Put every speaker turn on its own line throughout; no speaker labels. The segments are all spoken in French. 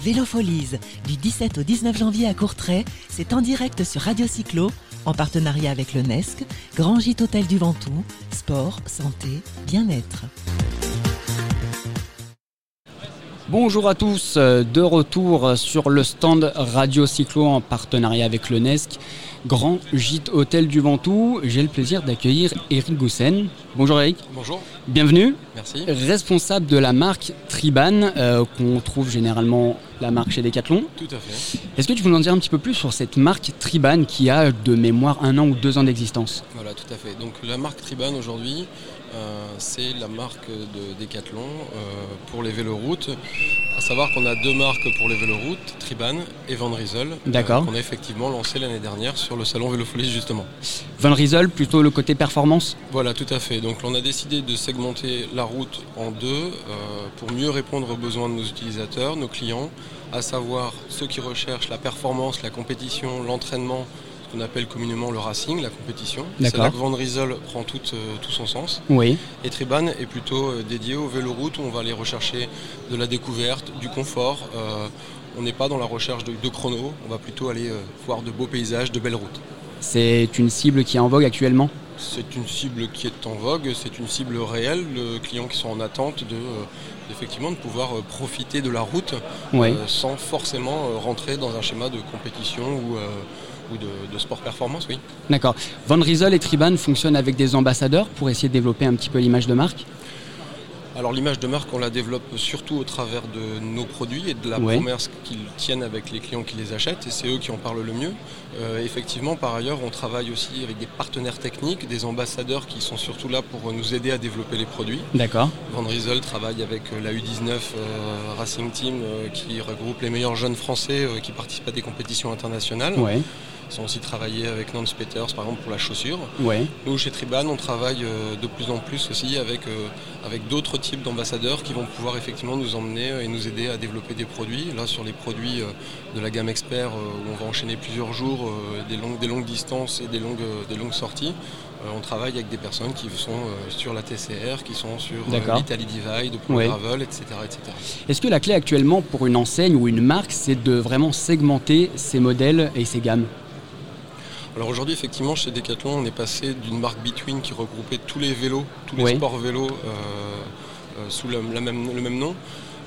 Vélofolies du 17 au 19 janvier à Courtrai. C'est en direct sur Radio Cyclo en partenariat avec le NESC, Grand Gîte Hôtel du Ventoux, sport, santé, bien-être.
Bonjour à tous, euh, de retour sur le stand Radio Cyclo en partenariat avec le NESC, Grand Gîte Hôtel du Ventoux. J'ai le plaisir d'accueillir Eric Goussen. Bonjour Eric.
Bonjour.
Bienvenue.
Merci.
Responsable de la marque Triban, euh, qu'on trouve généralement la marque chez Decathlon.
Tout à fait.
Est-ce que tu peux nous en dire un petit peu plus sur cette marque Triban qui a de mémoire un an ou deux ans d'existence
Voilà, tout à fait. Donc la marque Triban aujourd'hui, euh, c'est la marque de Decathlon euh, pour les véloroutes. À savoir qu'on a deux marques pour les véloroutes, Triban et Van Riesel, euh,
D'accord.
qu'on a effectivement lancé l'année dernière sur le salon Vélofolis justement.
Van Riesel, plutôt le côté performance
Voilà, tout à fait. Donc on a décidé de segmenter la route en deux euh, pour mieux répondre aux besoins de nos utilisateurs, nos clients, à savoir ceux qui recherchent la performance, la compétition, l'entraînement, ce qu'on appelle communément le racing, la compétition. C'est
D'accord.
là que Van Riesel prend tout, euh, tout son sens.
Oui.
Et Triban est plutôt euh, dédié aux véloroutes où on va aller rechercher de la découverte, du confort. Euh, on n'est pas dans la recherche de, de chrono, on va plutôt aller euh, voir de beaux paysages, de belles routes.
C'est une cible qui est en vogue actuellement
C'est une cible qui est en vogue, c'est une cible réelle, de clients qui sont en attente de, euh, effectivement, de pouvoir euh, profiter de la route
Oui.
euh, sans forcément euh, rentrer dans un schéma de compétition ou, euh, ou de, de sport performance, oui.
D'accord. Van Riesel et Triban fonctionnent avec des ambassadeurs pour essayer de développer un petit peu l'image de marque.
Alors l'image de marque, on la développe surtout au travers de nos produits et de la
Ouais.
promesse qu'ils tiennent avec les clients qui les achètent, et c'est eux qui en parlent le mieux. Euh, effectivement, par ailleurs, on travaille aussi avec des partenaires techniques, des ambassadeurs qui sont surtout là pour nous aider à développer les produits.
D'accord.
Van Riesel travaille avec euh, la U19 euh, Racing Team euh, qui regroupe les meilleurs jeunes français euh, qui participent à des compétitions internationales.
Ouais.
Ils ont aussi travaillé avec Nance Peters par exemple pour la chaussure.
Ouais.
Nous, chez Triban, on travaille euh, de plus en plus aussi avec, euh, avec d'autres types d'ambassadeurs qui vont pouvoir effectivement nous emmener euh, et nous aider à développer des produits. Là, sur les produits euh, de la gamme expert, euh, où on va enchaîner plusieurs jours, euh, des, longues, des longues distances et des longues, euh, des longues sorties, euh, on travaille avec des personnes qui sont euh, sur la TCR, qui sont sur euh,
D'accord.
l'Italie Divide, pour
Ouais.
le Gravel, etc., etc.
Est-ce que la clé actuellement pour une enseigne ou une marque, c'est de vraiment segmenter ses modèles et ses gammes
Alors aujourd'hui, effectivement, chez Decathlon, on est passé d'une marque Between qui regroupait tous les vélos, tous les
Oui.
sports vélos euh, euh, sous le, la même, le même nom.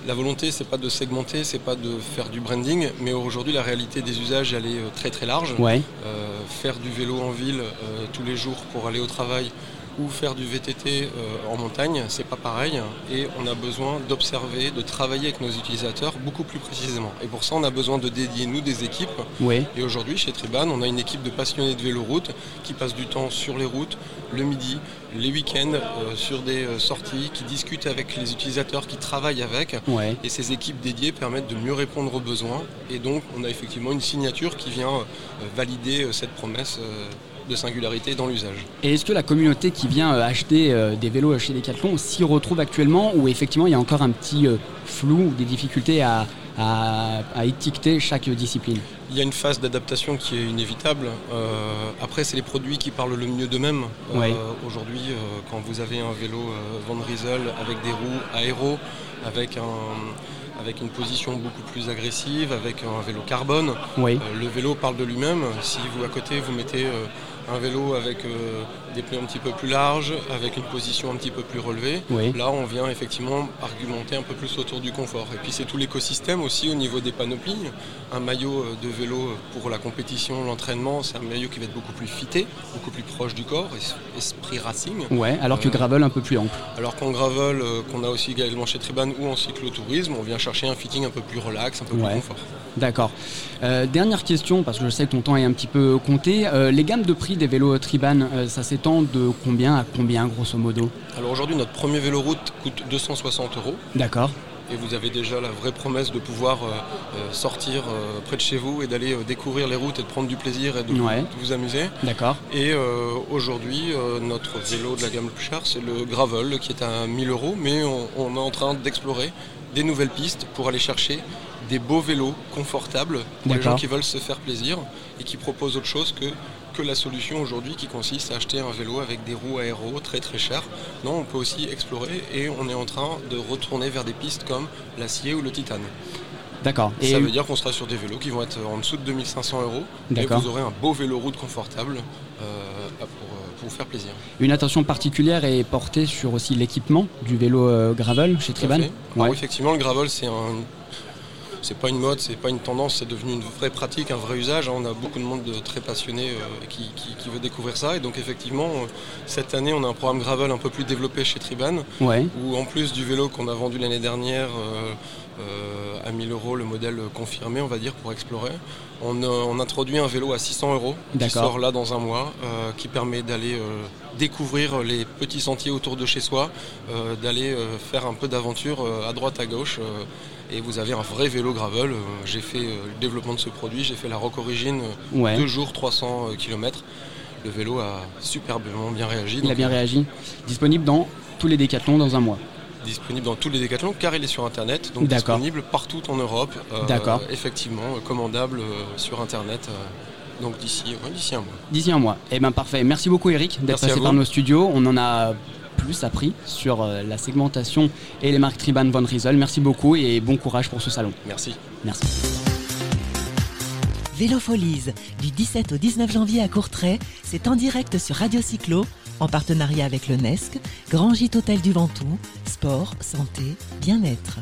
La volonté, c'est pas de segmenter, c'est pas de faire du branding, mais aujourd'hui, la réalité des usages, elle est euh, très très large.
Ouais.
Euh, faire du vélo en ville euh, tous les jours pour aller au travail ou faire du VTT euh, en montagne, c'est pas pareil. Et on a besoin d'observer, de travailler avec nos utilisateurs beaucoup plus précisément. Et pour ça, on a besoin de dédier nous des équipes
Ouais.
et aujourd'hui, chez Triban, on a une équipe de passionnés de véloroute qui passent du temps sur les routes, le midi, les week-ends, euh, sur des euh, sorties, qui discutent avec les utilisateurs, qui travaillent avec.
Ouais.
Et ces équipes dédiées permettent de mieux répondre aux besoins. Et donc, on a effectivement une signature qui vient euh, valider euh, cette promesse euh, de singularité dans l'usage.
Et est-ce que la communauté qui vient euh, acheter euh, des vélos chez Decathlon s'y retrouve actuellement ou effectivement il y a encore un petit euh, flou ou des difficultés à, à- à étiqueter chaque discipline
Il y a une phase d'adaptation qui est inévitable. Euh, après, c'est les produits qui parlent le mieux d'eux-mêmes. Euh,
Ouais.
Aujourd'hui, euh, quand vous avez un vélo euh, Van Riesel avec des roues aéro, avec, un- avec une position beaucoup plus agressive, avec un vélo carbone,
Oui.
euh, le vélo parle de lui-même. Si vous à côté vous mettez euh, un vélo avec euh, des pneus un petit peu plus larges, avec une position un petit peu plus relevée,
Oui.
là on vient effectivement argumenter un peu plus autour du confort. Et puis c'est tout l'écosystème aussi au niveau des panoplies. Un maillot euh, de vélo pour la compétition, l'entraînement, c'est un maillot qui va être beaucoup plus fité, beaucoup plus proche du corps, es- esprit racing.
Ouais, alors que
Euh,
Gravel un peu plus ample.
Alors qu'en gravel, euh, qu'on a aussi également chez Triban ou en cyclotourisme, on vient chercher un fitting un peu plus relax, un peu
Ouais.
plus confort.
D'accord. Euh, dernière question, parce que je sais que ton temps est un petit peu compté. Euh, les gammes de prix des vélos Triban, euh, ça s'étend de combien à combien, grosso modo
Alors aujourd'hui, notre premier véloroute coûte 260 euros.
D'accord.
et vous avez déjà la vraie promesse de pouvoir euh, euh, sortir euh, près de chez vous et d'aller euh, découvrir les routes et de prendre du plaisir et de,
Ouais.
de vous amuser.
D'accord.
Et euh, aujourd'hui, euh, notre vélo de la gamme le plus chère, c'est le Gravel qui est à 1000 euros, mais on, on est en train d'explorer des nouvelles pistes pour aller chercher des beaux vélos confortables pour les
D'accord.
gens qui veulent se faire plaisir et qui proposent autre chose que, que la solution aujourd'hui qui consiste à acheter un vélo avec des roues aéro très très chères. Non, on peut aussi explorer et on est en train de retourner vers des pistes comme l'acier ou le titane.
D'accord.
Et ça veut dire qu'on sera sur des vélos qui vont être en dessous de 2500 euros. Et
D'accord.
vous aurez un beau vélo route confortable euh, pour, euh, pour vous faire plaisir.
Une attention particulière est portée sur aussi l'équipement du vélo euh, gravel chez
Tout à
Triban.
fait. Alors, effectivement, le gravel, c'est un. C'est pas une mode, c'est pas une tendance, c'est devenu une vraie pratique, un vrai usage. hein. On a beaucoup de monde de très passionné euh, qui, qui- qui veut découvrir ça. Et donc effectivement, euh, cette année, on a un programme gravel un peu plus développé chez Triban,
Ouais.
où en plus du vélo qu'on a vendu l'année dernière euh, euh, à 1000 euros, le modèle confirmé, on va dire, pour explorer, on, euh, on introduit un vélo à 600 euros qui
D'accord.
sort là dans un mois, euh, qui permet d'aller euh, découvrir les petits sentiers autour de chez soi, euh, d'aller euh, faire un peu d'aventure euh, à droite, à gauche. euh, et vous avez un vrai vélo gravel. Euh, J'ai fait euh, le développement de ce produit, j'ai fait la Rock Origin, euh,
Ouais.
deux jours, 300 km. Le vélo a superbement bien réagi.
Il a
donc,
bien réagi. Disponible dans tous les décathlons dans un mois.
disponible dans tous les décathlons car il est sur internet, donc
D'accord.
disponible partout en Europe. euh,
D'accord.
Effectivement, euh, commandable euh, sur internet. euh, donc d'ici, ouais, d'ici un mois.
D'ici un mois. Eh ben parfait. Merci beaucoup Eric d'être
Merci à
passé
vous.
par nos studios. On en a plus appris sur euh, la segmentation et les marques Triban von Riesel. Merci beaucoup et bon courage pour ce salon.
Merci.
Merci.
Vélofolies, du 17 au 19 janvier à Courtrai, c'est en direct sur Radio Cyclo, en E partenariat avec le NESC, Grand Gîte Hôtel du Ventoux, sport, santé, bien-être.